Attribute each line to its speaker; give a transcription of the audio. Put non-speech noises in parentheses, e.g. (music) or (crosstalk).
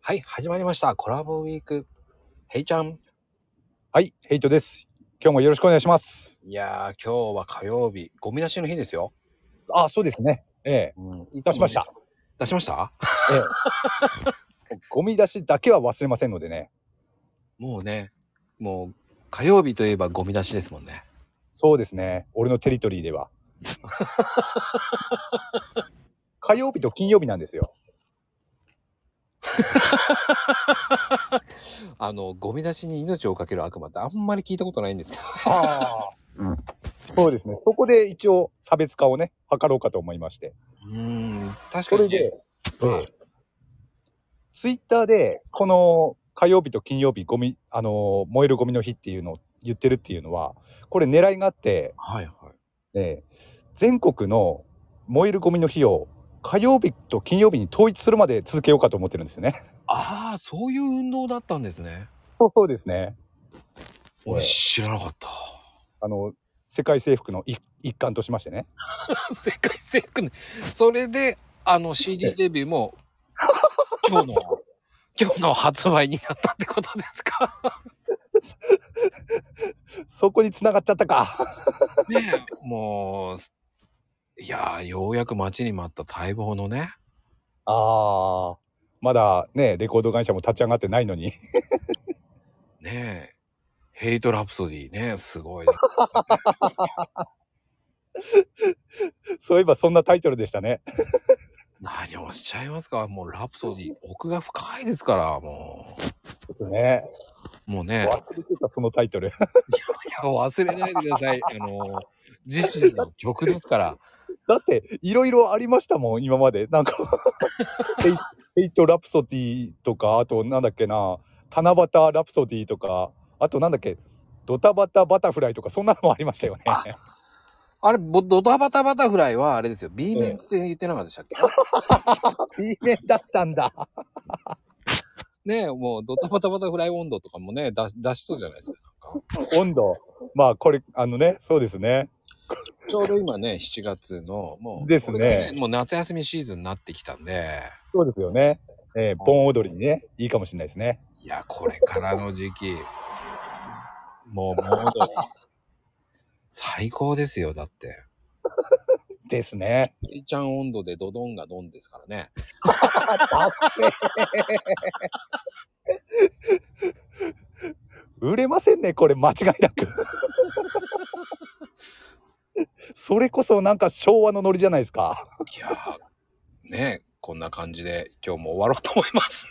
Speaker 1: はい、始まりました。コラボウィーク。ヘイちゃん。
Speaker 2: はい、ヘイトです。今日もよろしくお願いします。
Speaker 1: いやー、今日は火曜日、ゴミ出しの日ですよ。
Speaker 2: あ、そうですね。ええ、
Speaker 1: うん、
Speaker 2: 出しました。
Speaker 1: 出しました
Speaker 2: ええ。ゴミ出しだけは忘れませんのでね。
Speaker 1: もうね、もう火曜日といえばゴミ出しですもんね。
Speaker 2: そうですね。俺のテリトリーで (laughs) は。火曜日と金曜日なんですよ。
Speaker 1: あの、ゴミ出しに命をかける悪魔ってあんまり聞いたことないんですけど。
Speaker 2: ああ。そうですね。そこで一応差別化をね、図ろうかと思いまして。
Speaker 1: うん、確
Speaker 2: それで、ええツイッターで、この火曜日と金曜日、ゴミ、あのー燃えるゴミの日っていうのを言ってるっていうのは、これ狙いがあって、
Speaker 1: はいはい。
Speaker 2: えー全国の燃えるゴミの日を火曜日と金曜日に統一するまで続けようかと思ってるんですよね。
Speaker 1: ああ、そういう運動だったんですね。
Speaker 2: (laughs) そうですね。
Speaker 1: 俺
Speaker 2: ええ
Speaker 1: 知らなかった。
Speaker 2: あの世界征服の一一環としましてね。
Speaker 1: (laughs) 世界征服ねそれで、あの CD デビュー (laughs) も、今日の、今日の発売になったってことですか
Speaker 2: そこに繋がっちゃったか。
Speaker 1: ねえ、もう、いやー、ようやく待ちに待った待望のね。
Speaker 2: (laughs) ああ、まだねレコード会社も立ち上がってないのに。 (laughs)
Speaker 1: ねえ、ヘイトラプソディね、すご (laughs) いね。
Speaker 2: そういえばそんなタイトルでしたね。
Speaker 1: 何をおっしゃいますかもうラプソディ、奥が深いですから、も
Speaker 2: ですね。
Speaker 1: う。もうね、い
Speaker 2: 忘
Speaker 1: や
Speaker 2: れてたそのタイトル。
Speaker 1: 忘れないでくださ (laughs) い。あの、自身の曲ですから。
Speaker 2: だっていろいろありましたもん今まで。なんかエイ「エイト・ラプソディ」とかあとなんだっけな「七夕ラプソディ」とかあとなんだっけ「ドタバタバタフライ」とかそんなのもありましたよね。
Speaker 1: ああれ、ぼドタバタバタフライはあれですよ。B 面つって言ってなかったでしたっけ、
Speaker 2: い面だったんだ。
Speaker 1: ねえ、もうドタバタバタフライ温度とかもね、出し出しそうじゃないですか。なんか
Speaker 2: 温度。まあこれあのねそうですね。
Speaker 1: ちょうど今ね、7月の、もう、
Speaker 2: ですね
Speaker 1: これがもう夏休みシーズンになってきたんで、
Speaker 2: そうですよね。えー、盆踊りにねいいかもしれないですね。
Speaker 1: いや、これからの時期、もう、もう、最高ですよ、だって。
Speaker 2: ですね。
Speaker 1: スイちゃん温度でドドンがドンですからね。
Speaker 2: (laughs) 達成売れませんねこれ間違いなくそれこそなんか昭和のノリじゃないですか
Speaker 1: いやー、ねえ、こんな感じで今日も終わろうと思います。